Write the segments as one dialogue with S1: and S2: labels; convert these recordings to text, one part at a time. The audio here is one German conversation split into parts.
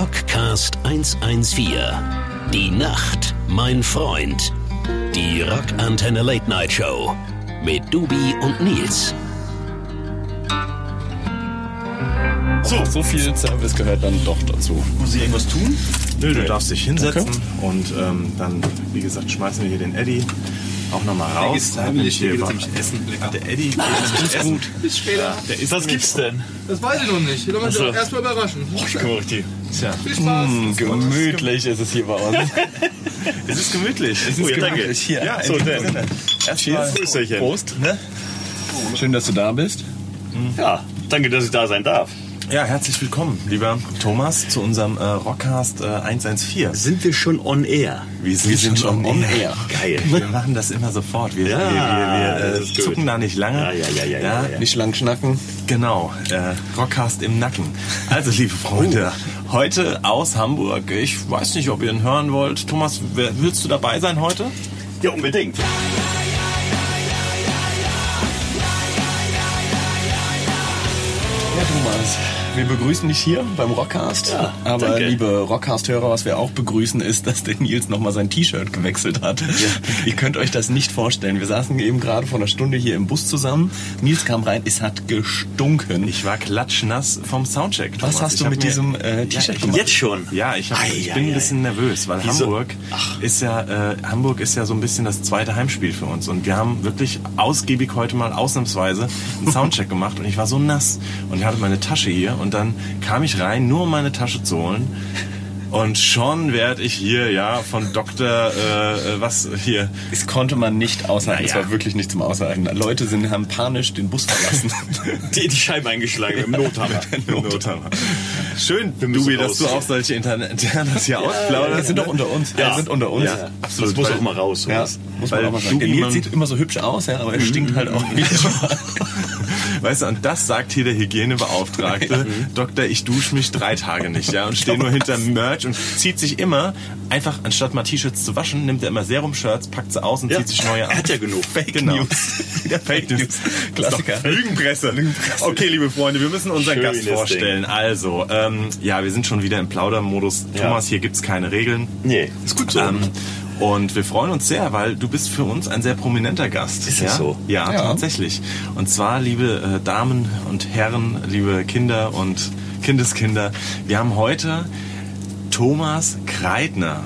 S1: Podcast 114. Die Nacht, mein Freund. Die Rockantenne Late Night Show mit Dubi und Nils.
S2: So, so viel Service gehört dann doch dazu.
S3: Muss ich irgendwas tun?
S4: Nö, du darfst dich hinsetzen und ähm, dann, wie gesagt, schmeißen wir hier den Eddie auch nochmal raus.
S3: ist heimlich, der geht nämlich essen.
S4: Ach, der Eddie, der ist gut.
S3: Bis später.
S4: Der ist
S2: Was gibt's denn?
S5: Das weiß ich noch nicht. Ich lass mich
S2: Ach so. Oh,
S5: doch erstmal überraschen.
S2: Guck
S5: Viel Spaß.
S2: Gemütlich ist es hier bei uns.
S4: Es ist gemütlich. Es ist
S2: ja, danke.
S4: gemütlich hier. Ja, so denn. Erstmal Prösterchen.
S2: Prost. Ne?
S3: Schön, dass du da bist.
S6: Ah,
S2: Ja, danke, dass ich da sein darf.
S4: Ja, herzlich willkommen, lieber Thomas, zu unserem äh, Rockcast äh, 114.
S6: Sind wir schon on air?
S4: Wir sind,
S6: schon on air.
S4: Geil. Wir machen das immer sofort. Wir,
S6: Ja,
S4: wir, wir,
S6: das
S4: wir äh,
S6: ist gut.
S4: zucken da nicht lange.
S6: Ja, ja, ja, ja, ja, ja.
S2: Nicht lang schnacken.
S4: Genau, äh, Rockcast im Nacken. Also, liebe Freunde,
S6: Oh.
S4: heute aus Hamburg. Ich weiß nicht, ob ihr ihn hören wollt. Thomas, wer, willst du dabei sein heute?
S6: Ja, unbedingt.
S2: Ja, Thomas. Wir begrüßen dich hier beim Rockcast.
S6: Ja,
S2: Aber
S6: danke.
S2: liebe Rockcast-Hörer, was wir auch begrüßen, ist, dass der Nils nochmal sein T-Shirt gewechselt hat. Ihr könnt euch das nicht vorstellen. Wir saßen eben gerade vor einer Stunde hier im Bus zusammen. Nils kam rein, es hat gestunken.
S4: Ich war klatschnass vom Soundcheck.
S2: Hm. was
S4: Thomas.
S2: hast
S4: Ich
S2: du
S4: hab
S2: mit
S4: mir-
S2: diesem äh,
S4: Ja,
S2: T-Shirt
S4: ich-
S2: gemacht?
S6: Jetzt schon.
S4: Ja, ich, hab,
S6: Ei,
S4: ich
S6: ei,
S4: bin
S6: ei.
S4: ein bisschen nervös, weil Hamburg ist ja äh, Hamburg ist ja so ein bisschen das zweite Heimspiel für uns und wir haben wirklich ausgiebig heute mal ausnahmsweise einen Soundcheck gemacht und ich war so nass und ich hatte meine Tasche hier und dann kam ich rein, nur um meine Tasche zu holen. Und schon werd ich hier, ja, von Dr. Äh, äh, was hier.
S2: Das konnte man nicht aushalten. Es
S4: Naja.
S2: war wirklich nicht zum Aushalten. Leute sind, haben panisch den Bus verlassen.
S6: Die, die Scheibe eingeschlagen mit dem Nothammer.
S4: Nothammer. Schön,
S6: müssen
S4: Dubi, dass
S6: raus.
S4: du auch solche Internet das hier ausplaudern.
S2: Die sind doch unter uns.
S6: Ja.
S2: Die sind unter uns.
S6: Ja, absolut. Das muss auch mal raus.
S2: Ja,
S6: sowas.
S2: muss
S4: Weil
S2: man auch mal sagen. Der
S4: du
S2: Nils
S4: jemand-
S2: sieht immer so hübsch aus, ja, aber
S6: Mhm.
S2: er stinkt halt auch wieder.
S4: Weißt du, und das sagt hier der Hygienebeauftragte,
S6: Mhm.
S4: Doktor, ich dusche mich drei Tage nicht, ja, und stehe nur hinter Merch und zieht sich immer, einfach anstatt mal T-Shirts zu waschen, nimmt er immer Serum-Shirts, packt sie aus und
S6: Ja.
S4: zieht sich neue an.
S6: Hat ja genug.
S4: Fake genau.
S2: News.
S4: Wieder Fake News.
S2: Klassiker.
S4: Ist doch Lügenpresse. Okay, liebe Freunde, wir müssen unseren
S6: Schönes
S4: Gast vorstellen. Also, ähm, ja, wir sind schon wieder im Plaudermodus.
S6: Ja.
S4: Thomas, hier gibt's keine Regeln.
S6: Nee, ist gut so.
S4: Ähm, und wir freuen uns sehr, weil du bist für uns ein sehr prominenter Gast.
S6: Ist
S4: ja?
S6: das so?
S4: Ja,
S2: Ja.
S4: tatsächlich. Und zwar, liebe äh, Damen und Herren, liebe Kinder und Kindeskinder, wir haben heute Thomas Kreidner,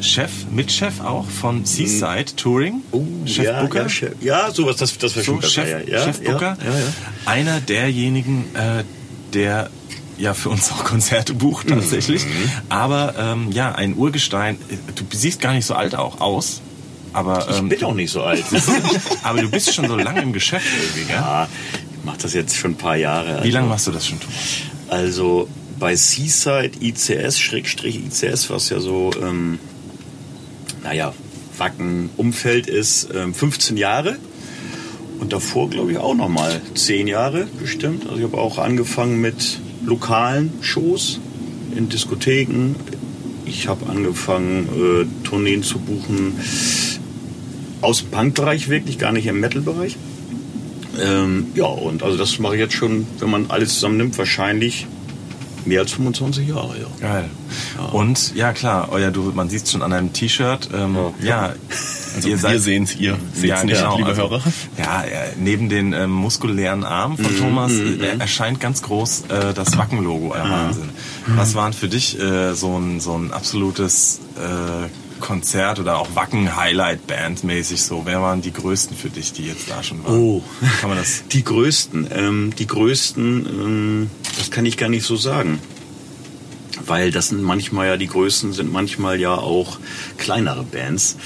S4: Chef, Mitchef auch von Seaside Touring, Chef
S6: Oh, ja,
S4: Booker.
S6: Ja, Chef, ja, sowas, das, das wäre
S4: So,
S6: schon besser.
S4: Chef,
S6: ja, ja,
S4: Chef Booker,
S6: Ja, ja, ja.
S4: einer derjenigen, äh, der ja für uns auch Konzerte bucht
S6: Mhm.
S4: tatsächlich. Aber ähm, ja, ein Urgestein. äh, Du siehst gar nicht so alt auch aus, aber ähm,
S6: Bin auch nicht so alt.
S4: aber du bist schon so lange im Geschäft irgendwie, gell?
S6: ja, Ah, ich mache das jetzt schon ein paar Jahre.
S4: Wie lange machst du das schon? Thomas?
S6: Also bei Seaside ICS, Schrägstrich ICS, was ja so, ähm, naja, Wacken Umfeld ist, ähm, 15 Jahre. Und davor, glaube ich, auch nochmal 10 Jahre bestimmt. Also ich habe auch angefangen mit lokalen Shows in Diskotheken. Ich habe angefangen, äh, Tourneen zu buchen aus dem Punk-Bereich wirklich, gar nicht im Metal-Bereich. Ähm, ja, und also das mache ich jetzt schon, wenn man alles zusammennimmt, wahrscheinlich mehr als 25 Jahre, ja.
S4: Geil. Und ja klar, euer du, man sieht es schon an einem T-Shirt. Ähm, ja. Also
S2: wir sehen's, ihr seht's nicht,
S6: genau,
S2: liebe
S6: also
S2: Hörer.
S4: genau, Ja, äh, neben den ähm, muskulären Arm
S6: Mhm,
S4: von Thomas äh, erscheint ganz groß äh, das Wacken-Logo.
S6: Mhm.
S4: Äh, Wahnsinn. Was waren für dich äh, so, ein, so ein absolutes äh, Konzert oder auch Wacken-Highlight-Band mäßig so? Wer waren die größten für dich, die jetzt da schon waren?
S6: Oh.
S4: Kann man das...
S6: Die größten, ähm, die größten, ähm, das kann ich gar nicht so sagen. Weil das sind manchmal ja, die größten sind manchmal ja auch kleinere Bands.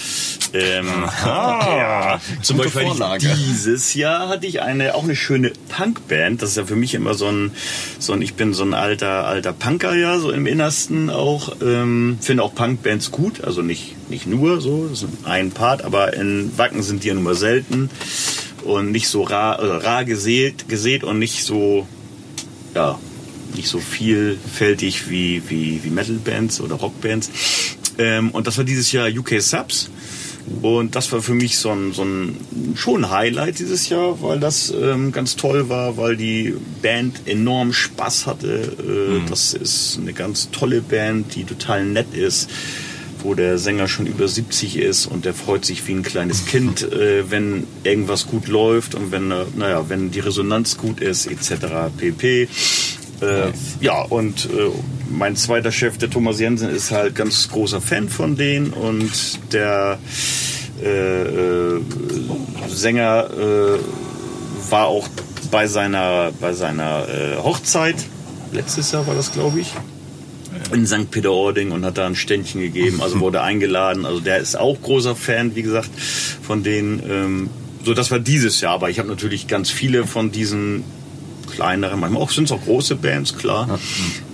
S6: Ähm, ja, zum
S2: gute
S6: Beispiel hatte
S2: Vorlage.
S6: Ich dieses Jahr hatte ich eine, auch eine schöne Punkband. Das ist ja für mich immer so ein, so ein ich bin so ein alter, alter Punker ja, so im Innersten auch. Ähm, finde auch Punkbands gut, also nicht, nicht nur so, das ist ein Part, aber in Wacken sind die ja nun mal selten und nicht so rar, also rar gesät, gesät und nicht so, ja, nicht so vielfältig wie, wie, wie Metal-Bands oder Rockbands. Ähm, und das war dieses Jahr UK Subs. Und das war für mich so ein, so ein schon ein Highlight dieses Jahr, weil das ähm, ganz toll war, weil die Band enorm Spaß hatte. Äh, Das ist eine ganz tolle Band, die total nett ist, wo der Sänger schon über 70 ist und der freut sich wie ein kleines Kind, äh, wenn irgendwas gut läuft und wenn, äh, naja, wenn die Resonanz gut ist, etc. pp. Äh, ja, und äh, mein zweiter Chef, der Thomas Jensen, ist halt ganz großer Fan von denen und der äh, äh, Sänger äh, war auch bei seiner, bei seiner äh, Hochzeit, letztes Jahr war das, glaube ich, in St. Peter-Ording und hat da ein Ständchen gegeben, also wurde eingeladen. Also der ist auch großer Fan, wie gesagt, von denen. Ähm, so, das war dieses Jahr, aber ich habe natürlich ganz viele von diesen kleineren, manchmal auch sind es auch große Bands, klar.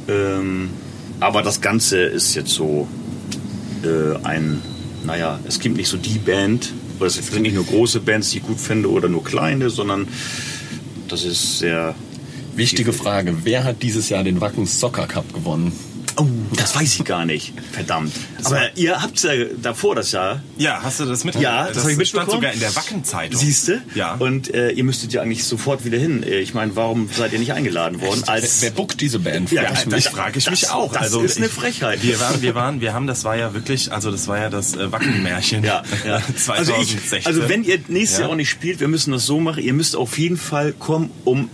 S6: Ähm, aber das Ganze ist jetzt so äh, ein, naja, es gibt nicht so die Band, oder es sind nicht nur große Bands, die ich gut finde, oder nur kleine, sondern das ist sehr.
S2: Wichtige Frage, wer hat dieses Jahr den Wackens Soccer Cup gewonnen?
S6: Oh, das weiß ich gar nicht. Verdammt. Aber ihr habt ja davor das Jahr
S4: Ja, hast du das mitbekommen?
S6: Ja, das hab ich
S4: stand
S6: mitbekommen.
S4: sogar in der Wackenzeitung.
S6: Siehst du?
S4: Ja.
S6: Und äh, ihr müsstet ja eigentlich sofort wieder hin. Äh, Ich meine, warum seid ihr nicht eingeladen worden? Als
S2: Wer bookt diese Band?
S6: Ja,
S2: Frag ich
S6: das-
S2: mich.
S4: das frage ich
S6: das-
S4: mich auch.
S6: das
S4: also,
S6: ist eine
S4: ich-
S6: Frechheit.
S4: Wir waren, wir waren, wir haben, das war ja wirklich, also das war ja das äh, Wackenmärchen
S6: ja, ja. Also,
S4: 2016.
S6: ich, also wenn ihr nächstes
S4: Ja.
S6: Jahr auch nicht spielt, wir müssen das so machen. Ihr müsst auf jeden Fall kommen, um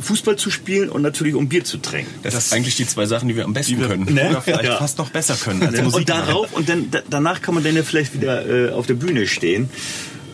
S6: Fußball zu spielen und natürlich um Bier zu trinken.
S2: das, sind eigentlich die zwei Sachen, die wir am besten
S4: die wir
S2: können.
S6: Ne?
S4: oder vielleicht
S6: Ja. Ne?
S4: fast noch besser können als Musik.
S6: und
S4: machen.
S6: darauf und dann da, danach kann man dann ja vielleicht wieder äh, auf der Bühne stehen.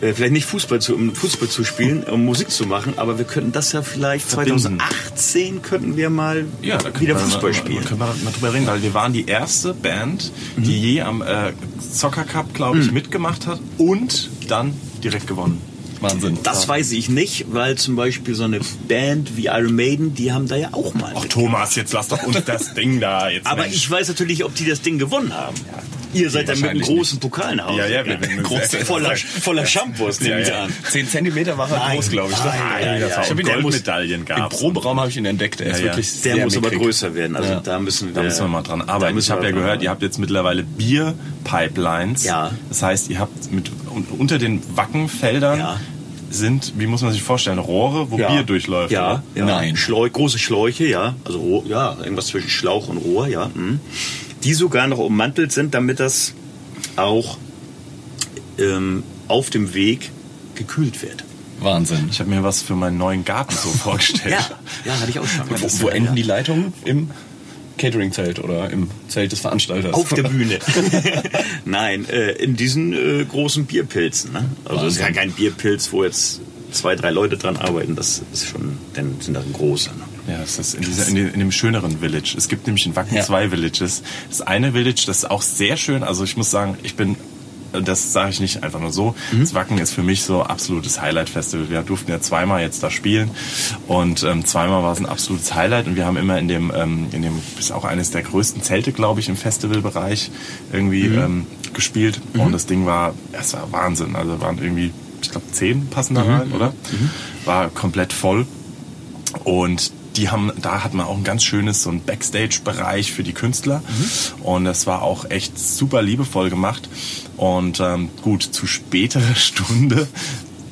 S6: Äh, Vielleicht nicht Fußball zu, um Fußball zu spielen, um Musik zu machen, aber wir könnten das ja vielleicht
S4: Verbinden.
S6: 2018 könnten wir mal
S4: ja, da können
S6: wieder
S4: wir
S6: Fußball
S4: mal,
S6: spielen. Mhm.
S4: Können wir mal drüber reden, weil wir waren die erste Band, die je am äh, Soccer Cup, glaube ich, mitgemacht hat und dann direkt gewonnen.
S2: Wahnsinn.
S6: Das weiß ich nicht, weil zum Beispiel so eine Band wie Iron Maiden, die haben da ja auch mal. mit.
S4: Thomas, jetzt lass doch uns das Ding da jetzt.
S6: Aber
S4: Mensch.
S6: ich weiß natürlich, nicht, ob die das Ding gewonnen haben. Ihr seid dann mit einem
S2: wahrscheinlich
S6: großen Pokal nach Hause.
S4: Ja, ja, wir
S6: gegangen.
S4: werden
S6: Groß-
S4: sehr-
S6: voller, voller Shampoos, nehme ich an.
S2: 10 Zentimeter war er
S6: Nein.
S2: groß, glaube ich. ne?
S6: Nein, nein,
S2: ich
S6: nein.
S2: hab
S4: Der
S2: ihn- der muss-
S4: Goldmedaillen
S2: Im
S4: gab's.
S2: Proberaum habe ich ihn entdeckt. Er
S4: Ja,
S2: ist
S4: ja.
S2: wirklich sehr
S6: Der muss aber
S2: mickrig.
S6: größer werden. Also
S2: Ja.
S6: da müssen wir.
S4: Da müssen wir mal dran
S6: Da
S4: arbeiten.
S6: müssen
S4: Ich habe
S6: wir
S4: ja
S6: dran
S4: gehört, ihr
S6: arbeiten.
S4: habt jetzt mittlerweile Bier-Pipelines.
S6: Ja.
S4: Das heißt, ihr habt mit un- unter den Wackenfeldern
S6: Ja.
S4: sind, wie muss man sich vorstellen, Rohre, wo Bier durchläuft.
S6: Ja,
S4: oder?
S6: ja.
S2: Nein.
S6: Schleu große Schläuche, ja. Also Rohr- ja, irgendwas zwischen Schlauch und Rohr, ja. Mhm. Die sogar noch ummantelt sind, damit das auch ähm, auf dem Weg gekühlt wird.
S2: Wahnsinn.
S4: Ich habe mir was für meinen neuen Garten so vorgestellt.
S6: ja, hatte ich auch schon.
S2: Wo, wo enden die Leitungen? Im Catering-Zelt oder im Zelt des Veranstalters?
S6: Auf der Bühne. Nein, äh, in diesen äh, großen Bierpilzen. Ne? Also es ist ja kein Bierpilz, wo jetzt zwei, drei Leute dran arbeiten. Das ist schon, dann sind das große. Ne?
S4: Ja, das ist in, dieser, in, dem- in dem schöneren Village. Es gibt nämlich in Wacken
S2: Ja.
S4: zwei Villages. Das eine Village, das ist auch sehr schön. Also ich muss sagen, ich bin, das sage ich nicht einfach nur so. Das Wacken ist für mich so absolutes Highlight-Festival. Wir durften ja zweimal jetzt da spielen und ähm, zweimal war es ein absolutes Highlight und wir haben immer in dem, ähm, in dem ist auch eines der größten Zelte, glaube ich, im Festivalbereich irgendwie ähm, gespielt. Und das Ding war, es war Wahnsinn. Also waren irgendwie, ich glaube, zehn passen da rein, oder? War komplett voll. Und die haben, da hat man auch ein ganz schönes so ein Backstage-Bereich für die Künstler. Und das war auch echt super liebevoll gemacht. Und ähm, gut, zu späterer Stunde,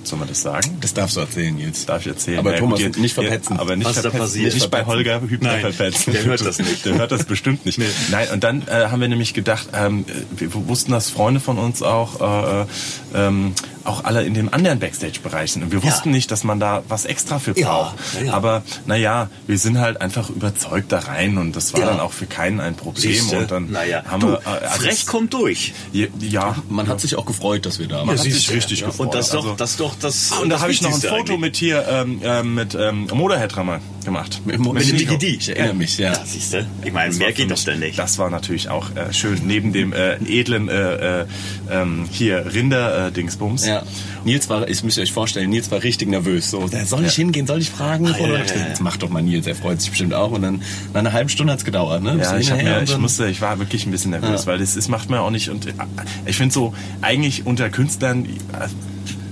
S4: soll man das sagen?
S2: Das darfst du erzählen jetzt.
S4: Darf ich erzählen?
S2: Aber
S4: Ja,
S2: Thomas,
S4: gut, ihr-
S2: nicht
S4: ihr-
S2: verpetzen.
S4: aber nicht
S6: Was da
S4: verpetzen.
S6: passiert?
S4: Nicht bei
S6: Verpetzen.
S4: Holger
S6: Nein,
S4: Hyperverpetzen.
S6: der hört das nicht.
S4: Der hört das bestimmt nicht. Nein, und dann äh, haben wir nämlich gedacht, ähm, wir wussten, dass Freunde von uns auch, äh, ähm, auch alle in dem anderen Backstage-Bereich sind. Und wir wussten nicht, dass man da was extra für
S6: Ja,
S4: braucht.
S6: ja, ja.
S4: Aber naja, wir sind halt einfach überzeugt da rein und das war
S6: Ja.
S4: dann auch für keinen ein Problem.
S6: Siehste?
S4: Und dann
S6: naja,
S4: haben
S6: du,
S4: wir. äh, also
S6: frech
S4: es-
S6: kommt durch.
S4: je- Ja.
S2: Man hat sich auch gefreut, dass wir da waren.
S4: hat
S6: siehst
S4: sich
S6: du.
S4: richtig gefreut.
S6: Und das
S4: Also-
S6: doch, das doch, das.
S4: und da
S6: das
S4: habe ich noch ein
S6: Wichtigste
S4: Foto
S6: eigentlich.
S4: mit hier ähm, ähm, mit ähm, Moderhead mal gemacht.
S2: Mit
S6: Digi
S2: Nico.
S6: Di.
S2: Ich erinnere mich, ja.
S6: Ja, siehst du? Ich meine,
S4: war
S6: mehr
S4: für
S6: geht
S4: mich-
S6: doch dann nicht.
S4: Das war natürlich auch äh, schön. Neben dem äh, edlen äh, äh, ähm, hier äh, Rinder-Dingsbums.
S2: Ja. Nils war, ich müsst ihr euch vorstellen, Nils war richtig nervös. So, soll ich hingehen, soll ich fragen?
S6: Ah, ja,
S2: Oder
S6: ja, ja, ja.
S2: Jetzt mach doch mal Nils, er freut sich bestimmt auch. Und dann nach einer halben Stunde hat's gedauert, ne? Bist
S4: Ja,
S2: du
S4: ich, hab
S2: hinterher
S4: mir,
S2: und
S4: ich
S2: dann-
S4: musste, ich war wirklich ein bisschen nervös,
S2: Ja.
S4: weil das, das macht man ja auch nicht. Und äh, ich finde so, eigentlich unter Künstlern äh,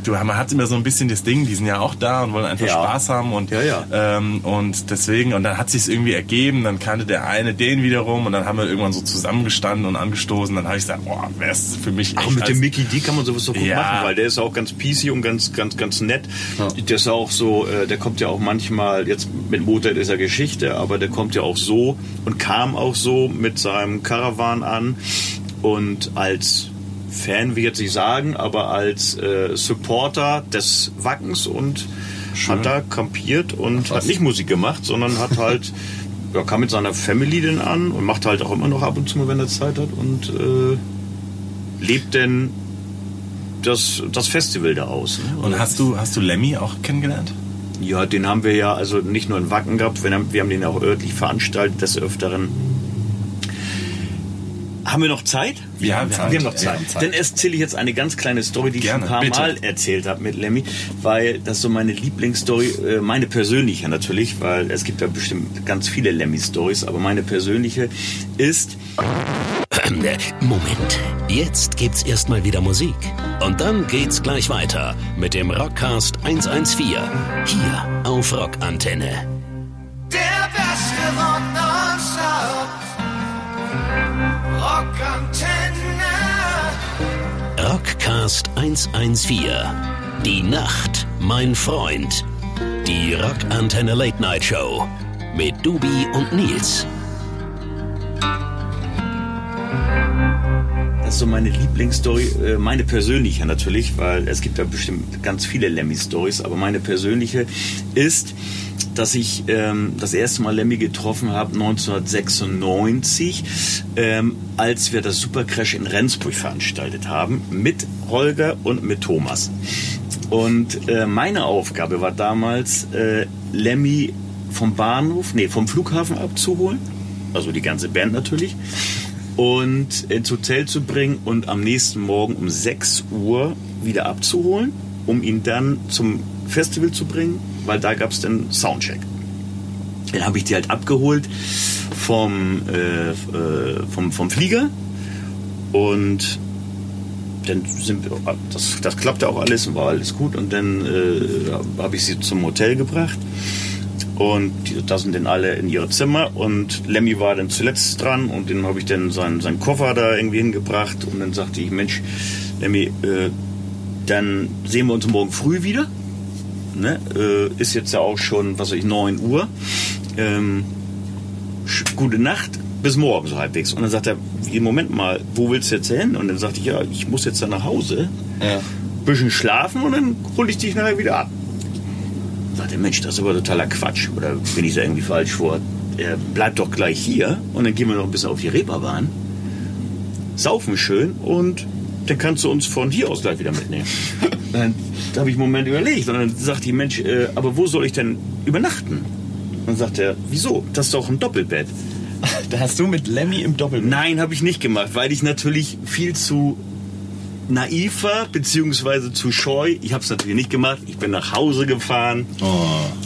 S4: du, man hat immer so ein bisschen das Ding, die sind ja auch da und wollen einfach
S6: Ja.
S4: Spaß haben und,
S6: Ja, ja.
S4: Ähm, und deswegen, und dann hat sich's irgendwie ergeben, dann kannte der eine den wiederum und dann haben wir irgendwann so zusammengestanden und angestoßen, dann habe ich gesagt, boah, wär's für mich echt
S6: Ach, mit
S4: als-
S6: dem Mickey D kann man sowas doch gut
S4: Ja.
S6: machen, weil der ist auch ganz PC und ganz, ganz, ganz nett. Der ist auch so, äh, der kommt ja auch manchmal, jetzt mit Motorhead ist er Geschichte, aber der kommt ja auch so und kam auch so mit seinem Caravan an und als Fan will ich jetzt nicht sagen, aber als äh, Supporter des Wackens und hat da kampiert und hat nicht Musik gemacht, sondern hat halt, ja, kam mit seiner Family denn an und macht halt auch immer noch ab und zu mal, wenn er Zeit hat und äh, lebt denn das, das Festival da aus? Ne?
S4: Und hast du, hast du Lemmy auch kennengelernt?
S6: Ja, den haben wir ja also nicht nur in Wacken gehabt, wir haben, wir haben den auch örtlich veranstaltet des Öfteren. Haben wir noch Zeit?
S4: Wir haben Zeit.
S6: Wir haben noch
S4: Wir
S6: Zeit.
S4: haben
S6: Dann erzähle ich jetzt eine ganz kleine Story, die
S4: Gerne,
S6: ich schon ein
S4: bitte.
S6: paar Mal erzählt habe mit Lemmy, weil das so meine Lieblingsstory, äh, meine persönliche natürlich, weil es gibt ja bestimmt ganz viele Lemmy-Stories, aber meine persönliche ist,
S1: Äh, Moment. Jetzt gibt's erstmal wieder Musik. Und dann geht's gleich weiter mit dem Rockcast 114. Hier auf Rockantenne.
S7: Der beste Rock nonstop. Rockantenne.
S1: Rockcast 114. Die Nacht, mein Freund. Die Rockantenne Late Night Show. Mit Dubi und Nils.
S6: Das ist so meine Lieblingsstory, äh, meine persönliche natürlich, weil es gibt ja bestimmt ganz viele Lemmy-Stories, aber meine persönliche ist, dass ich ähm, das erste Mal Lemmy getroffen habe 1996, ähm, als wir das Supercrash in Rendsburg veranstaltet haben mit Holger und mit Thomas. Und äh, meine Aufgabe war damals, äh, Lemmy vom Bahnhof, nee, vom Flughafen abzuholen, also die ganze Band natürlich und ins Hotel zu bringen und am nächsten Morgen um 6 Uhr wieder abzuholen, um ihn dann zum Festival zu bringen, weil da gab es dann Soundcheck. Dann habe ich die halt abgeholt vom, äh, äh, vom, vom Flieger und dann sind wir, das, das klappte auch alles und war alles gut und dann äh, habe ich sie zum Hotel gebracht und die- da sind dann alle in ihre Zimmer und Lemmy war dann zuletzt dran und dem habe ich dann seinen, seinen Koffer da irgendwie hingebracht und dann sagte ich, Mensch, Lemmy, äh, dann sehen wir uns morgen früh wieder. Ne? Äh, ist jetzt ja auch schon, was weiß ich, 9 Uhr. Ähm, sch- gute Nacht, bis morgen so halbwegs. Und dann sagt er, "Wie, Moment mal, wo willst du jetzt hin? Und dann sagte ich, ja, ich muss jetzt dann nach Hause,
S2: Ja.
S6: bisschen schlafen und dann hole ich dich nachher wieder ab. Sagt der Mensch, das ist aber totaler Quatsch. Oder bin ich da irgendwie falsch vor? Äh, bleib doch gleich hier und dann gehen wir noch ein bisschen auf die Reeperbahn, saufen schön und dann kannst du uns von hier aus gleich wieder mitnehmen. dann habe ich einen Moment überlegt und dann sagt die Mensch, äh, aber wo soll ich denn übernachten? Dann sagt er, wieso? Das ist doch ein Doppelbett.
S2: Da hast du mit Lemmy im Doppelbett.
S6: Nein, habe ich nicht gemacht, weil ich natürlich viel zu naiv war, beziehungsweise zu scheu. Ich habe es natürlich nicht gemacht. Ich bin nach Hause gefahren.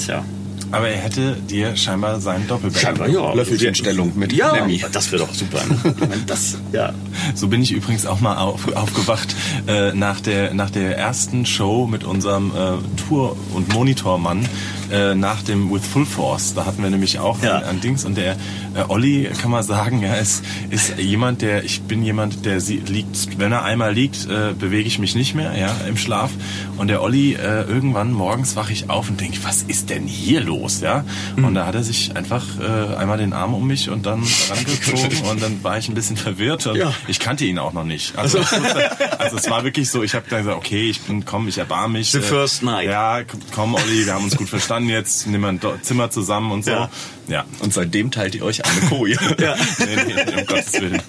S6: Tja.
S4: Aber er hätte dir scheinbar sein Doppelbett.
S6: ja.
S2: Löffelchenstellung mit
S6: Ja,
S2: Lemmy.
S6: das wäre doch super. ne? Ich mein, das, ja.
S4: So bin ich übrigens auch mal auf, aufgewacht äh, nach, der, nach der ersten Show mit unserem äh, Tour- und Monitormann äh, nach dem With Full Force. Da hatten wir nämlich auch
S6: Ja.
S4: an, an Dings und der äh, Olli, kann man sagen, ja, ist, ist jemand, der, ich bin jemand, der sie, liegt, wenn er einmal liegt, äh, bewege ich mich nicht mehr, ja, im Schlaf. Und der Olli, äh, irgendwann morgens wache ich auf und denke, was ist denn hier los, ja?
S6: Hm.
S4: Und da hat er sich einfach äh, einmal den Arm um mich und dann rangezogen und dann war ich ein bisschen verwirrt und
S6: Ja.
S4: ich kannte ihn auch noch nicht. Also, ich wusste- also es war wirklich so, ich habe dann gesagt, okay, ich bin, komm, ich erbarme mich.
S6: The
S4: äh,
S6: first night.
S4: Ja, k- komm, Olli, wir haben uns gut verstanden jetzt, nehmen wir ein Do- Zimmer zusammen und so.
S6: Ja.
S4: ja.
S2: Und seitdem teilt ihr euch eine Koje.
S4: Ja. nee, nee, um Gottes Willen.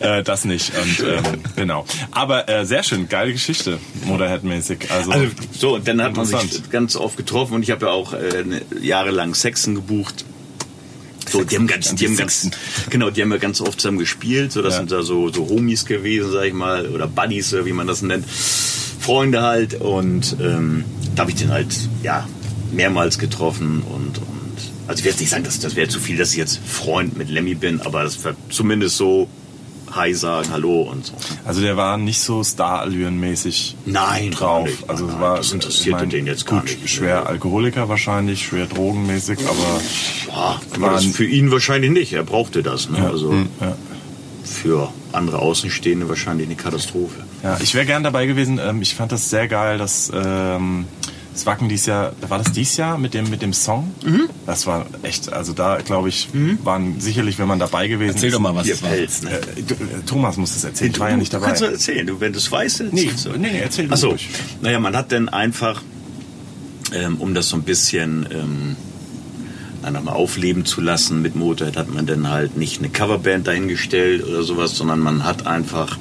S4: Äh, das nicht. Und, ähm, genau. Aber äh, sehr schön, geile Geschichte, Motorhead-mäßig. Also,
S6: Also, so, und dann hat man sich
S4: Interessant.
S6: ganz oft getroffen und ich habe ja auch äh, ne- jahrelang Sexen gebucht. So, die haben ganz, die haben ganz, genau, die haben ja ganz oft zusammen gespielt. So, das
S4: Ja.
S6: sind da so, so Homies gewesen, sag ich mal, oder Buddies, äh, wie man das nennt. Freunde halt. Und ähm, da habe ich den halt, ja, mehrmals getroffen und, und also ich will jetzt nicht sagen, dass das wäre zu viel, dass ich jetzt Freund mit Lemmy bin, aber das war zumindest so Hi sagen, Hallo und so.
S4: Also der war nicht so Star-Allüren-mäßig
S6: Nein,
S4: drauf.
S6: gar nicht.
S4: also
S6: Nein,
S4: es war
S6: das
S4: ich
S6: interessierte
S4: mein,
S6: den jetzt gar
S4: gut,
S6: nicht.
S4: Schwer Alkoholiker wahrscheinlich, schwer drogenmäßig, aber
S6: Ja, aber das für ihn wahrscheinlich nicht. Er brauchte das. Ne? also
S4: hm,
S6: für andere Außenstehende wahrscheinlich eine Katastrophe.
S4: ja, ich wäre gern dabei gewesen. Ähm, ich fand das sehr geil, dass ähm, das Wacken dies Jahr, war das dies Jahr mit dem mit dem Song?
S6: Mhm.
S4: Das war echt, also da glaube ich, waren sicherlich, wenn man dabei gewesen
S2: Erzähl
S4: ist.
S2: doch mal, was
S6: Ihr
S2: es war.
S6: Pelz, ne?
S4: Äh, du- äh, Thomas muss das erzählen. Ich war ja nicht dabei.
S6: Kannst du erzählen, du, wenn du es weißt. dann
S4: Nee,
S6: erzählst du.
S4: nee, nee, erzähl du
S6: Ach so.
S4: ruhig.
S6: Naja, man hat dann einfach, ähm, um das so ein bisschen ähm, na, noch mal aufleben zu lassen mit Motorhead, hat man dann halt nicht eine Coverband dahingestellt oder sowas, sondern man hat einfach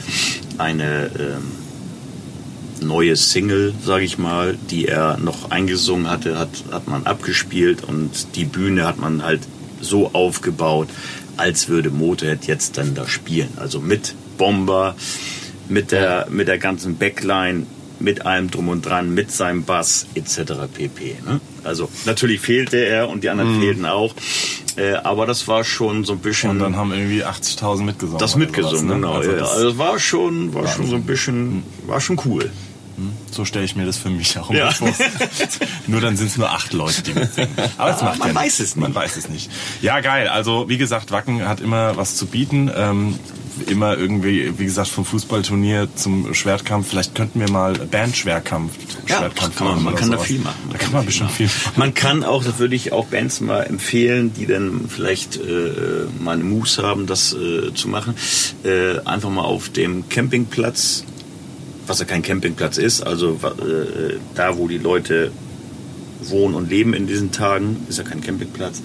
S6: eine ähm, neue Single, sage ich mal, die er noch eingesungen hatte, hat, hat man abgespielt und die Bühne hat man halt so aufgebaut, als würde Motorhead jetzt dann da spielen. Also mit Bomber, mit der, mit der ganzen Backline, mit allem drum und dran, mit seinem Bass etc. pp. Ne? Also natürlich fehlte er und die anderen fehlten auch, äh, aber das war schon so ein bisschen
S4: Mhm. Und dann haben irgendwie 80.000 mitgesungen.
S6: das
S4: oder sowas,
S6: mitgesungen.
S4: ne?
S6: Genau,
S4: Also
S6: ja.
S4: das,
S6: also es war schon, war schon so ein bisschen, war schon cool.
S4: So stelle ich mir das für mich auch immer
S6: Ja.
S4: vor. nur dann sind es nur acht Leute, die mitsingen. Aber das macht
S6: man
S4: ja
S6: weiß
S4: nichts.
S6: es
S4: Man
S6: nicht.
S4: weiß es nicht. Ja, geil. Also wie gesagt, Wacken hat immer was zu bieten. Ähm, immer irgendwie, wie gesagt, vom Fußballturnier zum Schwertkampf. Vielleicht könnten wir mal Band-Schwertkampf
S6: Ja,
S4: Schwertkampf
S6: kann man- man
S4: oder
S6: kann da
S4: sowas.
S6: viel machen. Man
S4: Da
S6: kann
S4: kann
S6: da
S4: man
S6: viel
S4: bestimmt viel machen.
S6: Man kann auch, das würde ich auch Bands mal empfehlen, die dann vielleicht äh, mal eine Moves haben, das äh, zu machen, äh, einfach mal auf dem Campingplatz, was ja kein Campingplatz ist, also wa- äh, da, wo die Leute wohnen und leben in diesen Tagen, ist ja kein Campingplatz,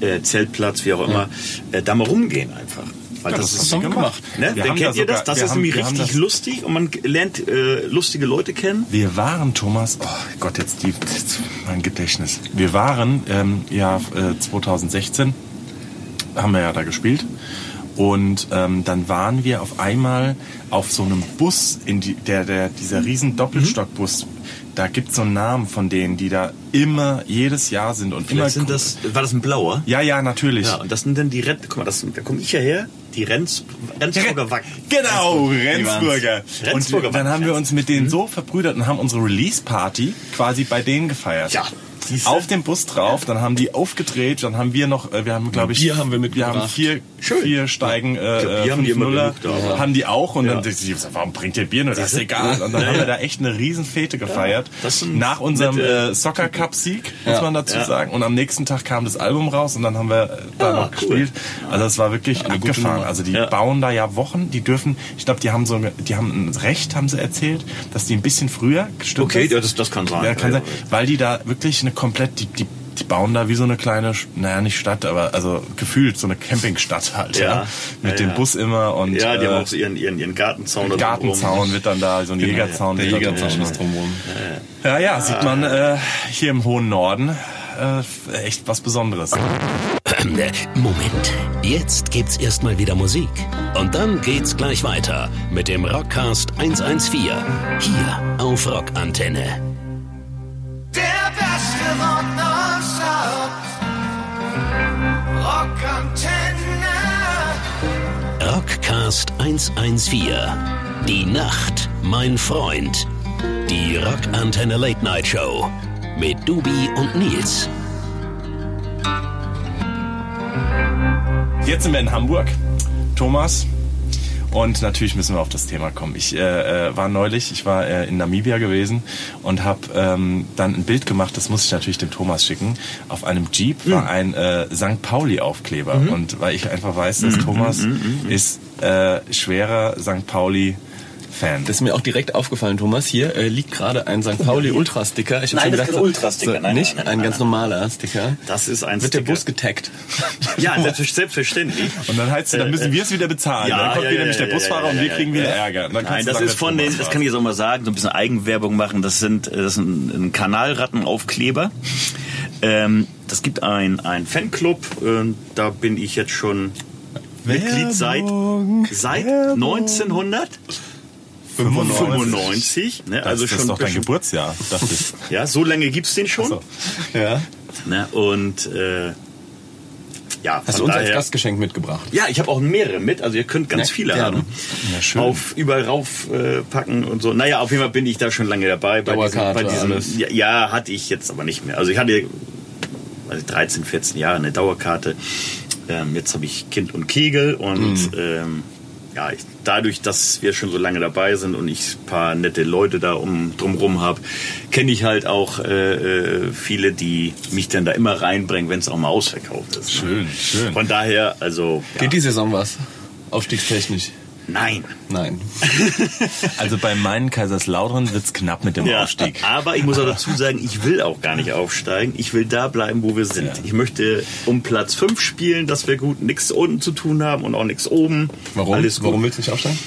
S6: äh, Zeltplatz, wie auch immer, äh, da mal rumgehen einfach. Weil
S4: Ja,
S6: das,
S4: das
S6: ist
S4: haben wir gemacht.
S6: Ne?
S4: Wir
S6: Dann
S4: haben
S6: kennt
S4: da
S6: ihr das?
S4: sogar-
S6: Das
S4: wir
S6: ist
S4: haben-
S6: nämlich
S4: wir haben
S6: richtig
S4: das-
S6: lustig und man lernt äh, lustige Leute kennen.
S4: Wir waren, Thomas, oh Gott, jetzt die, jetzt mein Gedächtnis. Wir waren ähm, ja äh, 2016, haben wir ja da gespielt. Und ähm, dann waren wir auf einmal auf so einem Bus, in die, der, der, dieser riesen Doppelstockbus. Da gibt es so einen Namen von denen, die da immer, jedes Jahr sind und immer.
S6: Vielleicht sind das, war das ein blauer?
S4: ja, ja, natürlich.
S6: Ja, und das sind dann die Renn... Guck mal, das, sind- da komme ich ja her. Die Renz, Rendsburger Wacken.
S4: Genau, Rendsburger.
S6: Rendsburger
S4: Und dann haben
S6: Wacken.
S4: wir
S6: Mhm.
S4: uns mit denen so verbrüdert und haben unsere Release-Party quasi bei denen gefeiert.
S6: Ja, siehste.
S4: Auf dem Bus drauf, dann haben die aufgedreht, dann haben wir noch, äh, wir haben glaube ich,
S2: Bier haben wir
S4: Wir haben
S2: mitgebracht.
S4: vier,
S6: Schön.
S4: vier Steigen,
S6: glaub,
S4: äh,
S6: Bier haben die immer
S4: 5-0er,
S6: genug da, aber-
S4: haben die auch und
S6: Ja.
S4: dann dachte ich, warum bringt ihr Bier nur, das ist egal. Und dann
S6: Ja,
S4: haben wir
S6: ja.
S4: da echt eine riesen Fete gefeiert.
S6: das sind
S4: Nach unserem
S6: nette-
S4: äh, Soccer Cup Sieg, muss man dazu
S6: Ja.
S4: sagen. Und am nächsten Tag kam das Album raus und dann haben wir äh, da
S6: Ja,
S4: noch
S6: cool.
S4: gespielt. Also das war wirklich abgefahren. Also die
S6: Ja.
S4: bauen da ja Wochen, die dürfen, ich glaube, die haben so, eine- die haben ein Recht, haben sie erzählt, dass die ein bisschen früher gestimmt
S6: Okay,
S4: ist.
S6: ja, das- das kann sein.
S4: Ja, kann
S6: Ja,
S4: sein, weil die da wirklich eine komplett, die, die, die bauen da wie so eine kleine, Sch- naja, nicht Stadt, aber also gefühlt so eine Campingstadt halt, ja.
S6: Ja.
S4: Mit
S6: Ja,
S4: dem
S6: ja.
S4: Bus immer und
S6: Ja, die
S4: äh,
S6: haben auch so ihren, ihren, ihren Gartenzaun. da
S4: Gartenzaun
S6: drumherum.
S4: wird dann da, so
S6: Genau,
S4: ein Jägerzaun.
S2: Der
S4: wird da
S2: Jägerzaun
S4: drumherum.
S2: ist drumherum.
S4: Ja, ja, sieht
S6: Ah.
S4: man äh, hier im hohen Norden äh, echt was Besonderes.
S1: Moment, jetzt gibt's erstmal wieder Musik. Und dann geht's gleich weiter mit dem Rockcast 114. Hier auf Rockantenne.
S7: Der beste Rock nonstop. Rockantenne.
S1: Rockcast 114. Die Nacht, mein Freund. Die Rockantenne Late Night Show. Mit Dubi und Nils.
S4: Jetzt sind wir in Hamburg, Thomas. Und natürlich müssen wir auf das Thema kommen. Ich äh, äh, war neulich, ich war äh, in Namibia gewesen und habe ähm, dann ein Bild gemacht, das muss ich natürlich dem Thomas schicken. Auf einem Jeep war ein
S6: Hm.
S4: äh, St. Pauli-Aufkleber.
S6: Mhm.
S4: Und weil ich einfach weiß, dass Thomas ist äh, schwerer St. Pauli-Fan.
S2: Das ist mir auch direkt aufgefallen, Thomas. Hier äh, liegt gerade ein St. Pauli Ultra-Sticker. Ich hab
S6: Nein,
S2: schon
S6: das ist
S2: gedacht,
S6: kein Ultra-Sticker.
S2: So,
S6: Nein,
S2: nicht
S6: nein, nein,
S2: ein
S6: nein,
S2: ganz normaler Sticker.
S6: Das ist ein
S2: Wird der
S6: Sticker.
S2: Bus getaggt.
S6: Ja, selbst- selbstverständlich.
S4: Und dann heißt es, dann
S6: Äh,
S4: müssen wir es wieder bezahlen. dann kommt wieder nämlich der Busfahrer und wir kriegen wieder Ärger. Und dann
S6: Nein,
S4: kannst du
S6: das
S4: sagen,
S6: ist
S4: der
S6: von den,
S4: Thomas
S6: das
S4: war's.
S6: kann ich jetzt auch mal sagen, so ein bisschen Eigenwerbung machen. Das sind, äh, das sind ein Kanalrattenaufkleber. Ähm, das gibt ein, ein Fanclub. ähm, da bin ich jetzt schon Mitglied seit,
S4: Werbung,
S6: seit
S4: Werbung.
S6: 1995. 95 ne?
S4: Das,
S6: Also
S4: das
S6: schon
S4: ist
S6: ein
S4: doch dein
S6: bisschen-
S4: Geburtsjahr. dachte ich.
S6: Ja, so lange gibt's den schon.
S4: so. Also
S2: Ja.
S6: Ne? Und äh, ne? ja,
S2: Hast du
S6: von
S2: uns als
S6: daher-
S2: Gastgeschenk mitgebracht?
S6: Ja, ich habe auch mehrere mit, also ihr könnt ganz
S2: Na,
S6: viele
S2: gerne.
S6: haben.
S4: Ja, schön.
S6: Auf überall raufpacken äh, packen und so. Naja, auf jeden Fall bin ich da schon lange dabei. Bei
S2: Dauerkarte, alles.
S6: ja, ja, hatte ich jetzt aber nicht mehr. Also ich hatte weiß ich, 13, 14 Jahre eine Dauerkarte. Ähm, jetzt habe ich Kind und Kegel und
S4: Mhm.
S6: ähm, ja, ich, dadurch, dass wir schon so lange dabei sind und ich ein paar nette Leute da um, drumrum habe, kenne ich halt auch äh, äh, viele, die mich dann da immer reinbringen, wenn es auch mal ausverkauft ist. ne?
S4: Schön, schön.
S6: Von daher, also. ja.
S2: Geht die Saison was? Aufstiegstechnisch?
S6: Nein.
S2: Nein.
S4: Also bei meinen Kaiserslautern wird's knapp mit dem
S6: Ja,
S4: Aufstieg.
S6: aber ich muss auch dazu sagen, ich will auch gar nicht aufsteigen. Ich will da bleiben, wo wir sind.
S4: Ja.
S6: Ich möchte um Platz 5 spielen, dass wir gut nichts unten zu tun haben und auch nichts oben.
S2: Warum?
S6: Alles gut.
S2: Warum willst du nicht aufsteigen?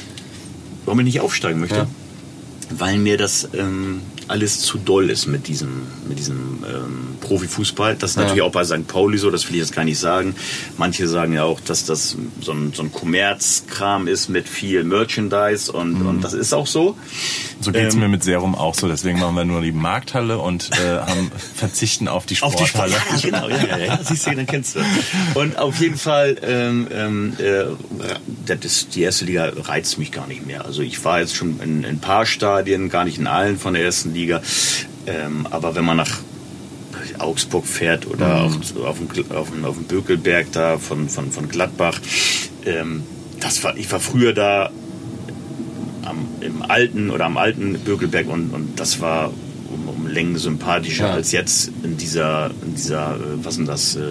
S6: Warum ich nicht aufsteigen möchte?
S2: Ja.
S6: Weil mir das ähm, alles zu doll ist mit diesem, mit diesem ähm, Profifußball. Das ist natürlich auch bei St. Pauli so, das will ich jetzt gar nicht sagen. Manche sagen ja auch, dass das so ein, so ein Kommerzkram ist mit viel Merchandise und, und das ist auch so.
S4: So geht's
S6: Ähm.
S4: mir mit Serum auch so. Deswegen machen wir nur die Markthalle und äh, haben, verzichten auf die
S6: Auf die
S4: Sporthalle.
S6: Sporthalle. Ja, genau, ja, ja, ja. Siehst du, dann kennst du. Und auf jeden Fall, ähm, ähm, äh, das ist, die erste Liga reizt mich gar nicht mehr. Also ich war jetzt schon in, in ein paar Stadien, gar nicht in allen von der ersten Liga. Ähm, aber wenn man nach Augsburg fährt oder auch zu- auf dem, Gl- auf dem, auf dem Bökelberg da von, von, von Gladbach, ähm, das war, ich war früher da am, im alten oder am alten Bökelberg und, und das war um, um Längen sympathischer
S2: Ja.
S6: als jetzt in dieser, in dieser, äh, was ist denn das, äh,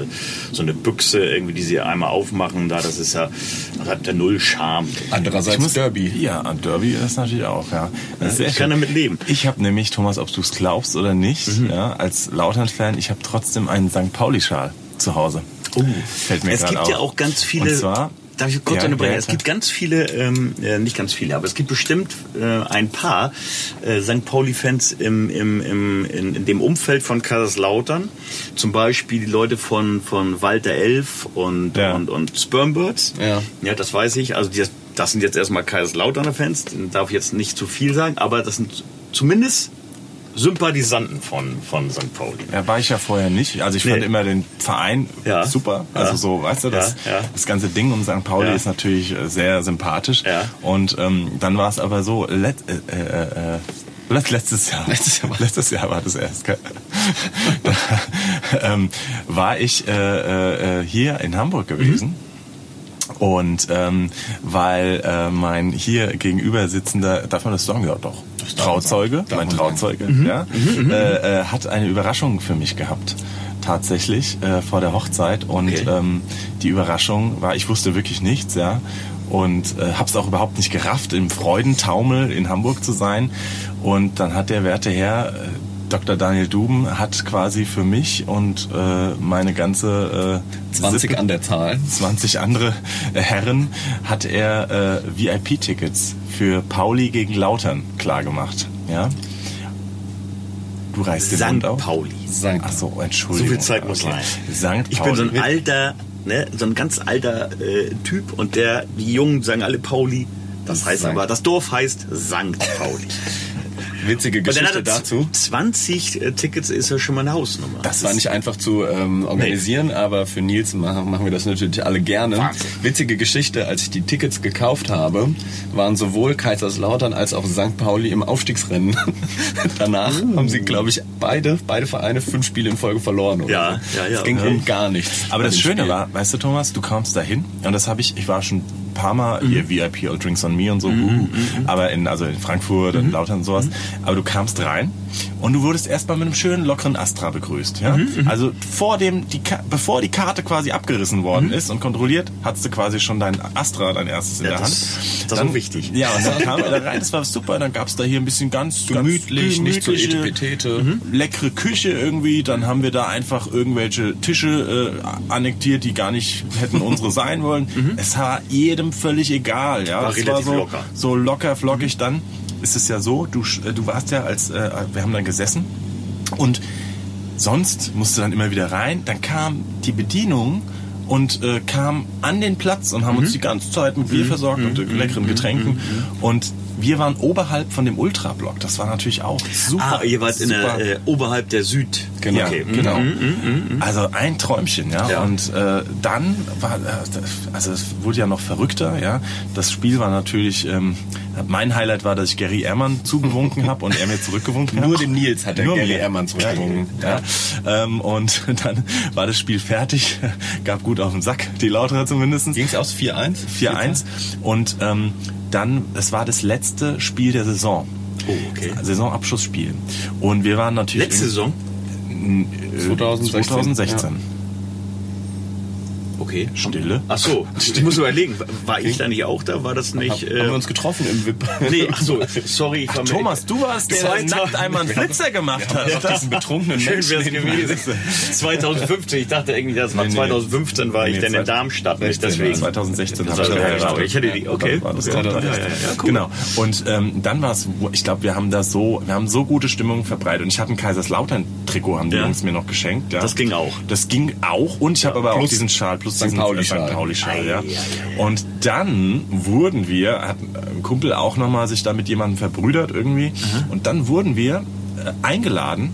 S6: so eine Büchse irgendwie, die sie einmal aufmachen da, das ist ja, das hat ja null Charme.
S2: Andererseits Derby.
S4: Ja, am Derby ist natürlich auch, ja. Das ist sehr
S6: Ich kann
S4: schön.
S6: damit leben. Mhm.
S4: Ich habe nämlich, Thomas, ob du es glaubst oder nicht, ja, als Lautern-Fan, ich habe trotzdem einen St. Pauli-Schal zu Hause. Oh, fällt mir
S6: es
S4: gerade
S6: gibt
S4: auf.
S6: ja auch ganz viele.
S4: Und zwar,
S6: Darf ich kurz
S4: Ja,
S6: unterbrechen?
S4: ja,
S6: es
S4: klar.
S6: gibt ganz viele, ähm, äh, nicht ganz viele, aber es gibt bestimmt äh, ein paar äh, St. Pauli-Fans im, im, im, in, in dem Umfeld von Kaiserslautern. Zum Beispiel die Leute von, von Walter Elf und,
S4: Ja.
S6: und, und Spermbirds.
S2: Ja.
S6: ja, das weiß ich. Also die, das sind jetzt erstmal Kaiserslauterner Fans, denen darf ich jetzt nicht zu viel sagen, aber das sind zumindest Sympathisanten von, von St. Pauli.
S4: Ja, war ich ja vorher nicht. Also ich fand
S6: Nee.
S4: immer den Verein
S6: Ja.
S4: super. Also
S6: Ja.
S4: so, weißt du, das,
S6: Ja, ja.
S4: das ganze Ding um St. Pauli
S6: Ja.
S4: ist natürlich äh, sehr sympathisch.
S6: Ja.
S4: Und ähm, dann war es aber so, let, äh, äh, äh, let, letztes Jahr. Letztes Jahr, letztes Jahr war das erst. gell? da, ähm, war ich äh, äh, äh, hier in Hamburg gewesen.
S6: Mhm.
S4: Und ähm, weil äh, mein hier gegenüber sitzender, darf man das sagen? Ja, doch. Trauzeuge, mein Trauzeuge, ja, äh, äh, hat eine Überraschung für mich gehabt. Tatsächlich äh, vor der Hochzeit. Und
S6: Okay.
S4: ähm, die Überraschung war, ich wusste wirklich nichts, ja. Und äh, hab's auch überhaupt nicht gerafft, im Freudentaumel in Hamburg zu sein. Und dann hat der werte Herr. Äh, Dr. Daniel Duben hat quasi für mich und äh, meine ganze äh,
S2: 20
S4: Sippe-
S2: an der Zahl.
S4: 20 andere äh, Herren hat er äh, VIP-Tickets für Pauli gegen Lautern klargemacht. Ja? Du reißt den
S6: St.
S4: Mund auf.
S6: Pauli.
S2: Sankt.
S4: Ach so,
S6: So
S4: Entschuldigung.
S6: viel Zeit muss
S4: Okay.
S6: sein.
S4: St. Pauli.
S6: Ich bin so ein alter, ne, so ein ganz alter äh, Typ und der, die Jungen sagen alle Pauli. Das heißt
S2: Sankt.
S6: aber, das Dorf heißt Sankt Pauli.
S2: Witzige
S6: Und dann hat
S2: Geschichte
S6: er
S2: dazu.
S6: 20 äh, Tickets ist ja schon mal eine Hausnummer.
S2: Das war nicht einfach zu ähm, organisieren, aber für Nils machen, machen wir das natürlich alle gerne.
S6: Wahnsinn.
S2: Witzige Geschichte, als ich die Tickets gekauft habe, waren sowohl Kaiserslautern als auch St. Pauli im Aufstiegsrennen. Danach
S4: Uh.
S2: haben sie, glaube ich, beide, beide Vereine fünf Spiele in Folge verloren. Oder
S6: Ja,
S2: so.
S6: ja, ja.
S2: Es ging
S6: Ja.
S2: um gar nichts.
S4: Aber
S2: bei
S4: das
S2: dem
S4: Schöne
S6: eh.
S2: Spiel.
S4: war, weißt du, Thomas, du kamst da hin und das habe ich, ich war schon ein paar Mal
S6: Mhm.
S4: hier VIP, All Drinks on Me und so, wuhu, aber in, also in Frankfurt
S6: Mhm.
S4: und Lautern und sowas. Aber du kamst rein und du wurdest erstmal mit einem schönen, lockeren Astra begrüßt. Ja?
S6: Mhm,
S4: Also vor dem, die, Ka- bevor die Karte quasi abgerissen worden ist und kontrolliert, hattest du quasi schon dein Astra, dein erstes in
S6: Mhm. Ja,
S4: der
S6: das- das
S4: Hand.
S6: ist auch wichtig.
S4: Ja, und dann kam er da rein, das war super, dann gab es da hier ein bisschen ganz
S2: Gemütlich,
S4: ganz
S2: nicht so
S4: gemütliche- Mhm.
S2: etipetete.
S4: leckere Küche irgendwie. Dann haben wir da einfach irgendwelche Tische äh, annektiert, die gar nicht hätten unsere sein wollen. Es war jedem völlig egal. Ja,
S6: Mhm. War
S4: es
S6: relativ
S4: so
S6: locker.
S4: so locker flockig. Dann ist es ja so, du, sch- äh, du warst ja als äh, wir haben dann gesessen und sonst musste dann immer wieder rein. Dann kam die Bedienung und äh,
S6: Mhm.
S4: kam an den Platz und haben uns die ganze Zeit mit Bier versorgt und äh, leckeren Getränken. Und Wir waren oberhalb von dem Ultrablock. Das war natürlich auch super.
S6: Ah, ihr wart in
S4: super.
S6: der, äh, oberhalb der Süd.
S4: Genau,
S6: Okay. Mhm.
S4: genau. Also ein Träumchen, ja.
S6: Ja.
S4: Und äh, dann war, äh, also es wurde ja noch verrückter, ja. Das Spiel war natürlich, ähm, mein Highlight war, dass ich Gary Ehrmann zugewunken habe und er mir zurückgewunken hat.
S2: Nur dem Nils hat der
S4: Nur
S2: Gary
S4: mir.
S2: Ehrmann zurückgewunken.
S4: Ja. Ja. Ähm, und dann war das Spiel fertig, gab gut auf den Sack, die Lauterer zumindest.
S2: Ging's aus 4-1?
S4: 4-1. Und ähm, dann, es war das letzte Spiel der Saison.
S6: Oh, okay.
S4: Saisonabschlussspiel. Und wir waren natürlich.
S6: Letzte Saison?
S4: äh,
S2: 2016.
S4: 2016.
S6: Okay.
S4: Stille.
S6: Ach so, ich muss überlegen, war ich da nicht auch da? War das nicht...
S4: äh,
S6: äh,
S2: Haben wir uns getroffen im VIP?
S6: nee, ach so, sorry. Ich war mir-
S4: Thomas, du warst der, der
S6: Zweiter-
S4: nackt einmal einen Flitzer gemacht hat.
S2: Auf diesen betrunkenen
S6: Schön
S2: Menschen.
S6: wäre es gewesen. 2015, ich dachte irgendwie, das war
S4: Nee, nee.
S6: 2015, war ich
S4: Nee,
S6: dann in
S4: zweit-
S6: Darmstadt, nicht
S4: 16,
S6: deswegen.
S4: 2016
S6: Das
S4: habe ich
S6: war-
S4: geheiratet.
S6: aber ich hätte die- okay.
S4: Dann war das
S6: Ja,
S4: Konter.
S6: ja, ja, ja, cool.
S4: Genau. Und ähm, dann war es, ich glaube, wir haben da so, wir haben so gute Stimmung verbreitet. Und ich hatte ein Kaiserslautern-Trikot, haben die
S6: Ja.
S4: Jungs mir noch geschenkt. Ja.
S6: Das ging auch.
S4: Das ging auch. Und ich habe aber auch
S2: plus
S4: diesen Schal plus
S2: St.
S4: diesen
S2: Pauli-Schal.
S4: St. Pauli-Schal.
S6: Ei,
S4: Ja.
S6: ei, ei,
S4: Und dann wurden wir, hat ein Kumpel auch nochmal sich da mit jemandem verbrüdert irgendwie. Und dann wurden wir äh, eingeladen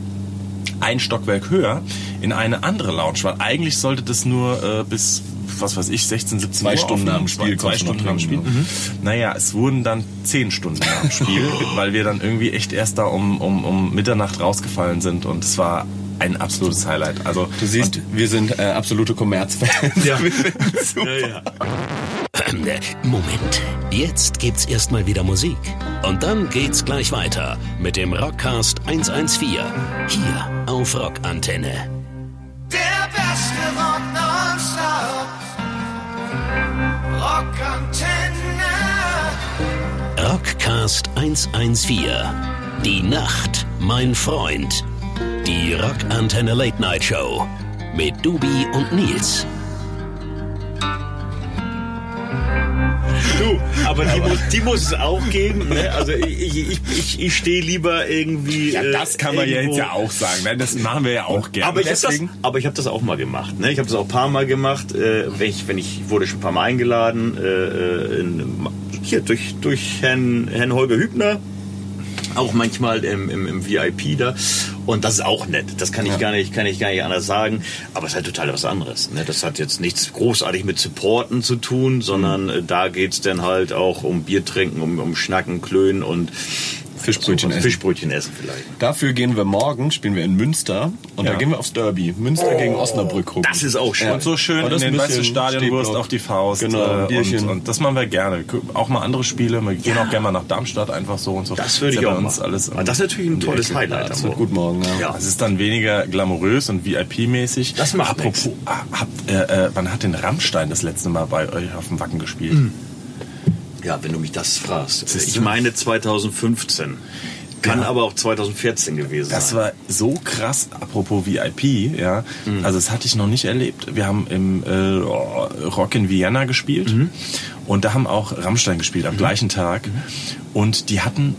S4: ein Stockwerk höher in eine andere Lounge, weil eigentlich sollte das nur äh, bis was weiß ich, 16, 17
S2: Zwei
S4: Uhr
S2: Stunden
S4: offen-
S2: am Spiel
S4: Zwei, zwei
S2: konntest du noch ne?
S4: Stunden am Spiel. Mhm.
S2: trinken,
S4: Naja, es wurden dann zehn Stunden am Spiel, weil wir dann irgendwie echt erst da um, um, um Mitternacht rausgefallen sind und es war ein absolutes Highlight. Also
S2: Du siehst, wir sind äh, absolute Kommerzfans.
S6: Ja. ja, ja.
S1: Moment, jetzt gibt's erstmal wieder Musik. Und dann geht's gleich weiter mit dem Rockcast 114 hier auf Rockantenne.
S7: Der beste Rock nonstop. Rockantenne.
S1: Rockcast 114. Die Nacht, mein Freund. Die Rockantenne Late Night Show mit Dubi und Nils.
S6: Du, aber die muss, die muss es auch geben. Ne? Also ich, ich, ich- ich, ich stehe lieber irgendwie.
S4: Ja,
S6: äh,
S4: das kann man ja
S6: irgendwo-
S4: jetzt ja auch sagen. ne? Das machen wir ja auch gerne.
S6: Aber ich habe das,
S4: Deswegen-
S6: aber ich hab das auch mal gemacht. Ne? Ich habe das auch ein paar Mal gemacht. Äh, wenn ich, wenn ich wurde schon ein paar Mal eingeladen. Äh, in, hier durch, durch Herrn, Herrn Holger Hübner. Auch manchmal im, im, im VIP da. Und das ist auch nett. Das kann ich, gar, nicht, kann ich gar nicht anders sagen. Aber es ist halt total was anderes. Ne? Das hat jetzt nichts großartig mit Supporten zu tun, sondern äh, da geht's dann halt auch um Bier trinken, um, um Schnacken, Klönen und um
S2: Fischbrötchen essen.
S6: Fischbrötchen essen vielleicht.
S2: Dafür gehen wir morgen, spielen wir in Münster und da gehen wir aufs Derby. Münster gegen Osnabrück gucken.
S6: Das ist auch schön.
S2: Ja.
S4: Und so schön
S2: Aber
S4: in
S2: das
S4: den
S2: ein
S4: weißen
S2: bisschen
S4: Stadionwurst
S2: Stehblock.
S4: auf die Faust.
S2: Genau, ein
S4: äh, und,
S2: Bierchen.
S4: und das machen wir gerne. Auch mal andere Spiele. Wir gehen auch gerne mal nach Darmstadt einfach so und so.
S6: Das würde
S4: Ist
S6: ich
S4: ja
S6: auch
S4: bei uns
S6: machen.
S4: alles.
S6: Aber das ist natürlich ein
S4: um die
S6: tolles
S4: Ecke.
S6: Highlight.
S2: Das wird gut morgen, ja.
S6: Ja.
S4: Es ist dann weniger glamourös und VIP-mäßig.
S6: Das macht
S4: Apropos,
S6: nix.
S4: ah, habt, äh, äh, wann hat denn Rammstein das letzte Mal bei euch auf dem Wacken gespielt?
S6: Hm. Ja, wenn du mich das fragst.
S4: Siehst
S6: ich
S4: du?
S6: meine 2015. Kann aber auch 2014 gewesen
S4: Das
S6: sein.
S4: war so krass, apropos VIP, ja.
S6: Mhm.
S4: Also das hatte ich noch nicht erlebt. Wir haben im äh, Rock in Vienna gespielt
S6: Mhm.
S4: und da haben auch Rammstein gespielt am gleichen Tag. Und die hatten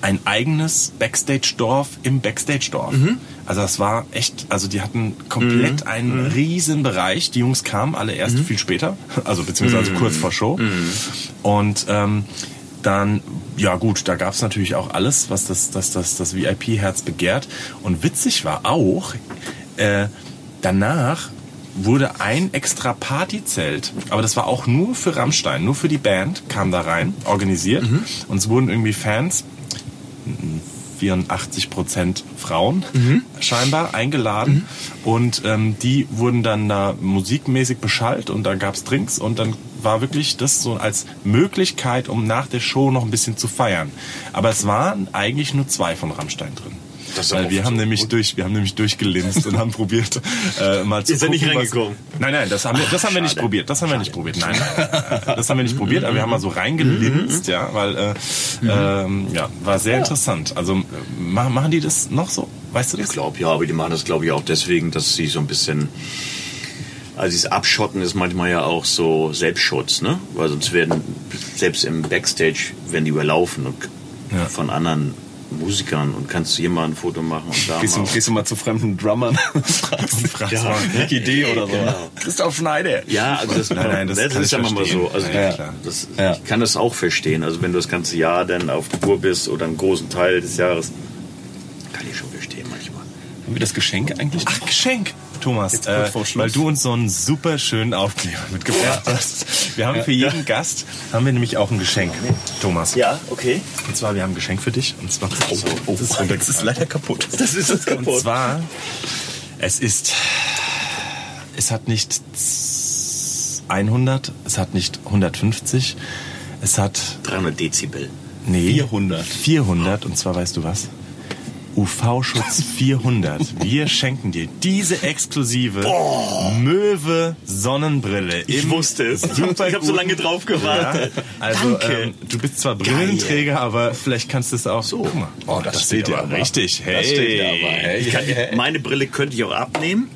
S4: ein eigenes Backstage-Dorf im Backstage-Dorf.
S6: Mhm.
S4: Also das war echt, also die hatten komplett einen
S6: Mhm.
S4: riesen Bereich. Die Jungs kamen alle erst viel später, also beziehungsweise
S6: Mhm.
S4: kurz vor Show. Und ähm, dann, ja gut, da gab es natürlich auch alles, was das, das, das, das VIP-Herz begehrt. Und witzig war auch, äh, danach wurde ein extra Partyzelt, aber das war auch nur für Rammstein, nur für die Band, kam da rein, organisiert. Und es wurden irgendwie Fans 84% Frauen scheinbar eingeladen und ähm, die wurden dann da musikmäßig beschallt und da gab's Drinks und dann war wirklich das so als Möglichkeit, um nach der Show noch ein bisschen zu feiern. Aber es waren eigentlich nur zwei von Rammstein drin.
S6: Das ist
S4: Weil
S6: auch
S4: wir
S6: so
S4: haben nämlich
S6: gut.
S4: durch, wir haben nämlich durchgelinst und haben probiert äh, mal zu
S6: Ihr seid nicht
S4: gucken, was-
S6: reingekommen?
S4: Nein, nein, das haben wir, das haben wir nicht
S6: schade.
S4: probiert. Das haben wir nicht probiert. Nein, nein, das haben wir nicht probiert. Aber wir haben mal so reingelinst, ja, weil äh, ähm, ja, war sehr interessant. Also äh, ma- machen die das noch so? Weißt du das?
S6: Ich glaube ja, aber die machen das glaube ich auch deswegen, dass sie so ein bisschen. Also dieses Abschotten ist manchmal ja auch so Selbstschutz, ne? Weil sonst werden, selbst im Backstage, werden die überlaufen und von anderen Musikern und kannst zu jemandem ein Foto machen und da
S2: Gehst du,
S6: mal.
S2: gehst du mal zu fremden Drummern und fragst, fragst
S6: Ja.
S2: mal Nicky D oder so.
S6: Genau.
S2: Christoph Schneider.
S6: Ja, also das,
S4: Nein, nein, das kann
S6: ist
S4: ich
S6: ja manchmal
S4: verstehen.
S6: so. Also
S4: Ja, ja,
S6: ich-
S4: klar.
S6: Das,
S2: Ja.
S6: Ich kann das auch verstehen. Also wenn du das ganze Jahr dann auf Tour bist oder einen großen Teil des Jahres, kann ich schon verstehen manchmal.
S2: Haben wir das Geschenk eigentlich?
S4: Ach, Geschenk! Thomas,
S2: Jetzt kurz
S4: äh,
S2: vor Schluss.
S4: weil du uns so einen super schönen Aufkleber mitgebracht hast. Wir haben für jeden Gast haben wir nämlich auch ein Geschenk, Thomas.
S6: Ja, okay.
S4: Und zwar, wir haben ein Geschenk für dich. Und zwar, oh,
S2: das ist, das ist leider kaputt.
S6: Das ist das
S4: Und
S6: kaputt.
S4: zwar, es ist, es hat nicht 100, es hat nicht 150, es hat,
S6: 300 Dezibel.
S4: nee,
S2: 400.
S4: 400 und zwar weißt du was? UV-Schutz 400. Wir schenken dir diese exklusive Möwe Sonnenbrille.
S6: Ich
S4: im
S6: wusste es. Ich habe hab so
S4: superguten-
S6: lange drauf
S4: Ja,
S6: gewartet.
S4: also
S6: Danke.
S4: ähm, du bist zwar Brillenträger, aber vielleicht kannst du es auch. So. Guck mal. Oh, das, steht ja aber richtig. Hey.
S2: Das steht ja aber. Hey,
S6: Ich kann,
S2: hey, hey.
S6: meine Brille könnte ich auch abnehmen.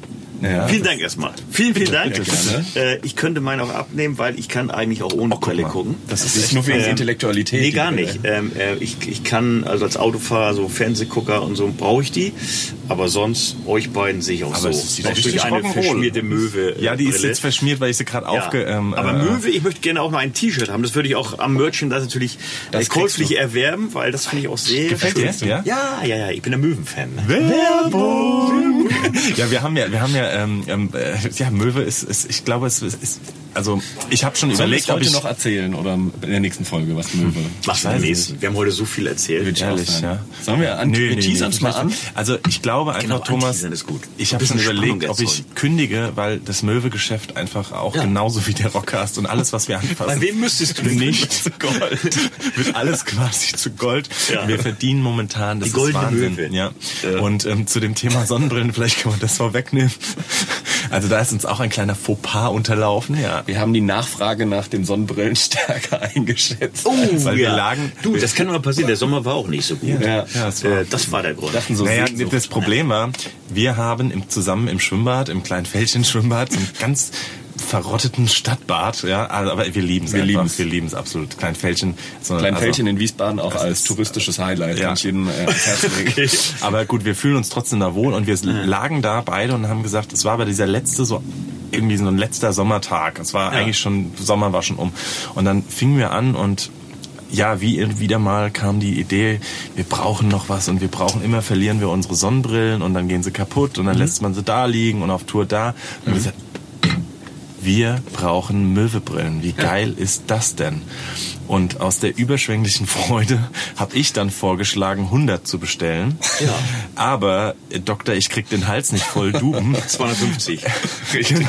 S4: Ja.
S6: vielen Dank erstmal. Vielen, vielen Dank.
S4: bitte, gerne.
S6: Äh, ich könnte meine auch abnehmen, weil ich kann eigentlich auch ohne Brille
S4: mal.
S6: gucken.
S4: Das ist
S2: Nicht nur wegen
S6: Ähm,
S2: Intellektualität.
S6: Nee, gar nicht. Ähm, äh, ich, ich kann, also als Autofahrer, so Fernsehgucker und so, brauche ich die. Aber sonst, euch beiden sehe ich auch
S4: Aber
S6: so.
S4: es sieht
S6: Auch
S4: richtig
S6: durch eine
S4: rock'n'roll.
S6: verschmierte Möwe. äh,
S4: Ja, die ist
S6: Brille.
S4: jetzt verschmiert, weil ich sie gerade
S6: Ja.
S4: aufge. Ähm,
S6: aber
S4: äh,
S6: Möwe, ich möchte gerne auch noch ein T-Shirt haben. Das würde ich auch am Merchandise natürlich äh,
S2: kriegst
S6: käuflich erwerben, weil das finde ich auch sehr
S4: Gefällt dir?
S6: schön.
S4: Ja?
S6: ja, ja, ja. Ich bin der Möwen-Fan.
S4: Werbung! Ja, wir haben ja, wir haben ja, ähm, ähm, äh, ja, Möwe ist, ist ich glaube, es ist, ist also ich habe schon
S2: Sollen wir
S4: überlegt,
S2: es
S4: ob
S2: heute
S4: ich
S2: noch erzählen oder in der nächsten Folge, was Möwe?
S6: Mach's
S4: weiß
S6: am
S4: es
S6: nächsten. Wir haben heute so viel erzählt.
S2: Würde ich auch
S4: Ehrlich,
S2: sagen.
S4: ja.
S2: Sollen wir, an, wir teasern es mal an?
S4: Also ich glaube einfach,
S6: Genau,
S4: Thomas,
S6: anteasern ist gut.
S4: ich
S6: Ein
S4: habe schon
S6: bisschen
S4: überlegt,
S6: Spannung
S4: ob ich
S6: erzeugen.
S4: kündige, weil das Möwe-Geschäft einfach auch genauso wie der Rockcast und alles, was wir
S6: Bei
S4: anfassen.
S6: wem müsstest du denn
S4: nicht zu Gold? Wird alles quasi zu Gold.
S6: Ja.
S4: Wir verdienen momentan, das
S6: Die goldene
S4: ist Wahnsinn.
S6: Möwe.
S4: Ja. Und ähm, zu dem Thema Sonnenbrillen, vielleicht kann man das vorwegnehmen. Also da ist uns auch ein kleiner Fauxpas unterlaufen, ja.
S2: Wir haben die Nachfrage nach den Sonnenbrillen stärker eingeschätzt.
S6: Oh,
S4: Weil wir lagen-
S6: Du, das kann mal passieren. Der Sommer war auch nicht so gut.
S4: ja
S2: Ja.
S4: das war
S6: Äh, das war der Grund.
S2: Dachten so
S4: naja,
S2: Sehnsucht.
S4: das Problem war, wir haben im, zusammen im Schwimmbad, im kleinen Fältchen-Schwimmbad, so einen ganz verrotteten Stadtbad, ja, also, aber wir lieben es
S2: Wir
S4: einfach,
S2: lieben's.
S4: wir lieben es absolut. Klein Fältchen. So,
S2: Klein
S4: also-
S2: Fältchen in Wiesbaden auch als touristisches Highlight.
S4: Ja.
S2: Kann ich jedem äh, ans Herz legen.
S4: Aber gut, wir fühlen uns trotzdem da wohl und wir lagen da beide und haben gesagt, es war aber dieser letzte so irgendwie so ein letzter Sommertag. Es war eigentlich schon Sommer war schon um und dann fingen wir an und ja, wie wieder mal kam die Idee, wir brauchen noch was und wir brauchen immer verlieren wir unsere Sonnenbrillen und dann gehen sie kaputt und dann lässt man sie da liegen und auf Tour da. Und wir gesagt, wir brauchen Möwebrillen. Wie geil ist das denn? Und aus der überschwänglichen Freude habe ich dann vorgeschlagen, 100 zu bestellen. Ja. Aber, äh, Doktor, ich krieg den Hals nicht voll duben.
S6: 250.
S4: Richtig.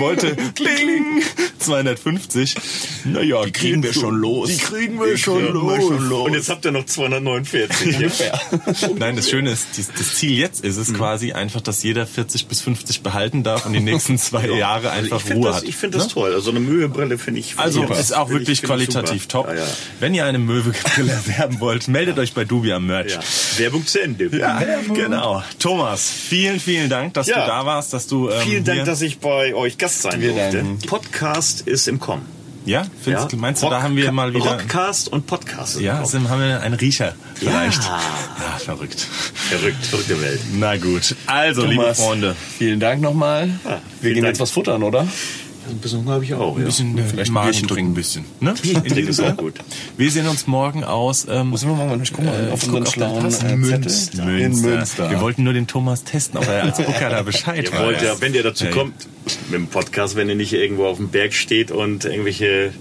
S4: Wollte kling, 250. Naja, die
S2: kriegen wir schon los.
S4: Die kriegen wir,
S2: Die
S4: schon,
S2: kriegen wir
S4: los.
S2: schon los.
S6: Und jetzt habt ihr noch 249. Ungefähr.
S4: Nein, das Schöne ist, dies- das Ziel jetzt ist es quasi einfach, dass jeder 40 bis 50 behalten darf und die nächsten zwei Jahre
S6: Also ich
S4: einfach
S6: finde
S4: Ruhe
S6: das,
S4: hat. Ne?
S6: ich find das toll. Also eine Mühebrille finde ich.
S4: Also
S6: finde ich-
S4: ist auch
S6: finde
S4: wirklich
S6: ich- finde ich
S4: qualitativ
S6: super.
S4: top.
S6: Ja, ja.
S4: Wenn ihr eine Möwe-Brille erwerben wollt, meldet euch bei Dubi am Merch.
S6: Ja. Werbung zu Ende.
S4: Ja, genau. Thomas, vielen, vielen Dank, dass
S6: Ja.
S4: du da warst, dass du. Ähm,
S6: Vielen Dank,
S4: hier-
S6: dass ich bei euch Gast sein
S2: Wir
S6: durfte.
S2: danken.
S6: Podcast ist im Kommen.
S4: Ja, findest,
S6: Ja?
S4: meinst du, da
S6: Rock-
S4: haben wir mal wieder.
S6: Rockcast und Podcast. Im
S4: Ja,
S6: Kommen.
S4: sind, haben wir einen Riecher vielleicht.
S6: Ja.
S4: ja verrückt.
S6: verrückt, verrückte Welt.
S4: Na gut. Also, liebe
S2: Thomas,
S4: Freunde.
S2: Vielen Dank nochmal. wir
S6: vielen
S2: gehen
S6: Dank.
S2: jetzt was futtern, oder?
S6: Ein bisschen Hunger habe ich auch. Ja.
S4: bisschen äh,
S2: Vielleicht ein
S4: Magen
S2: Bierchen
S4: drücken ein bisschen. Ne? In
S6: Bierchen
S4: diesem
S6: ist auch
S4: Sinne,
S6: gut.
S4: Wir sehen uns morgen aus ähm,
S2: Müssen wir mal ich guck mal auf unseren schlauen äh, Zettel.
S4: Münster.
S2: In Münster.
S4: Wir wollten nur den Thomas testen, ob er als Booker da Bescheid
S6: Ihr
S4: weiß. Äh,
S6: wollt ja, wenn ihr dazu
S4: Hey.
S6: kommt, mit dem Podcast, wenn ihr nicht irgendwo auf dem Berg steht und irgendwelche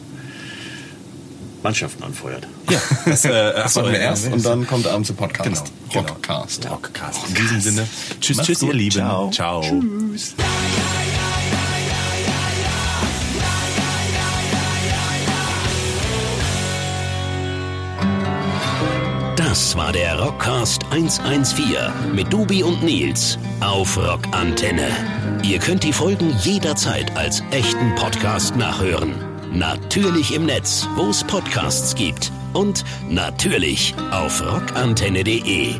S6: Mannschaften anfeuert.
S4: Ja, das, äh,
S2: das machen wir erst und dann kommt abends der Podcast.
S4: Genau.
S2: Rockcast.
S4: Rockcast. In diesem Sinne, tschüss,
S2: Macht's
S4: tschüss, ihr
S2: gut.
S4: Lieben.
S2: Ciao.
S4: Ciao.
S1: Das war der Rockcast 114 mit Dubi und Nils auf Rockantenne. Ihr könnt die Folgen jederzeit als echten Podcast nachhören. Natürlich im Netz, wo es Podcasts gibt. Und natürlich auf rockantenne.de.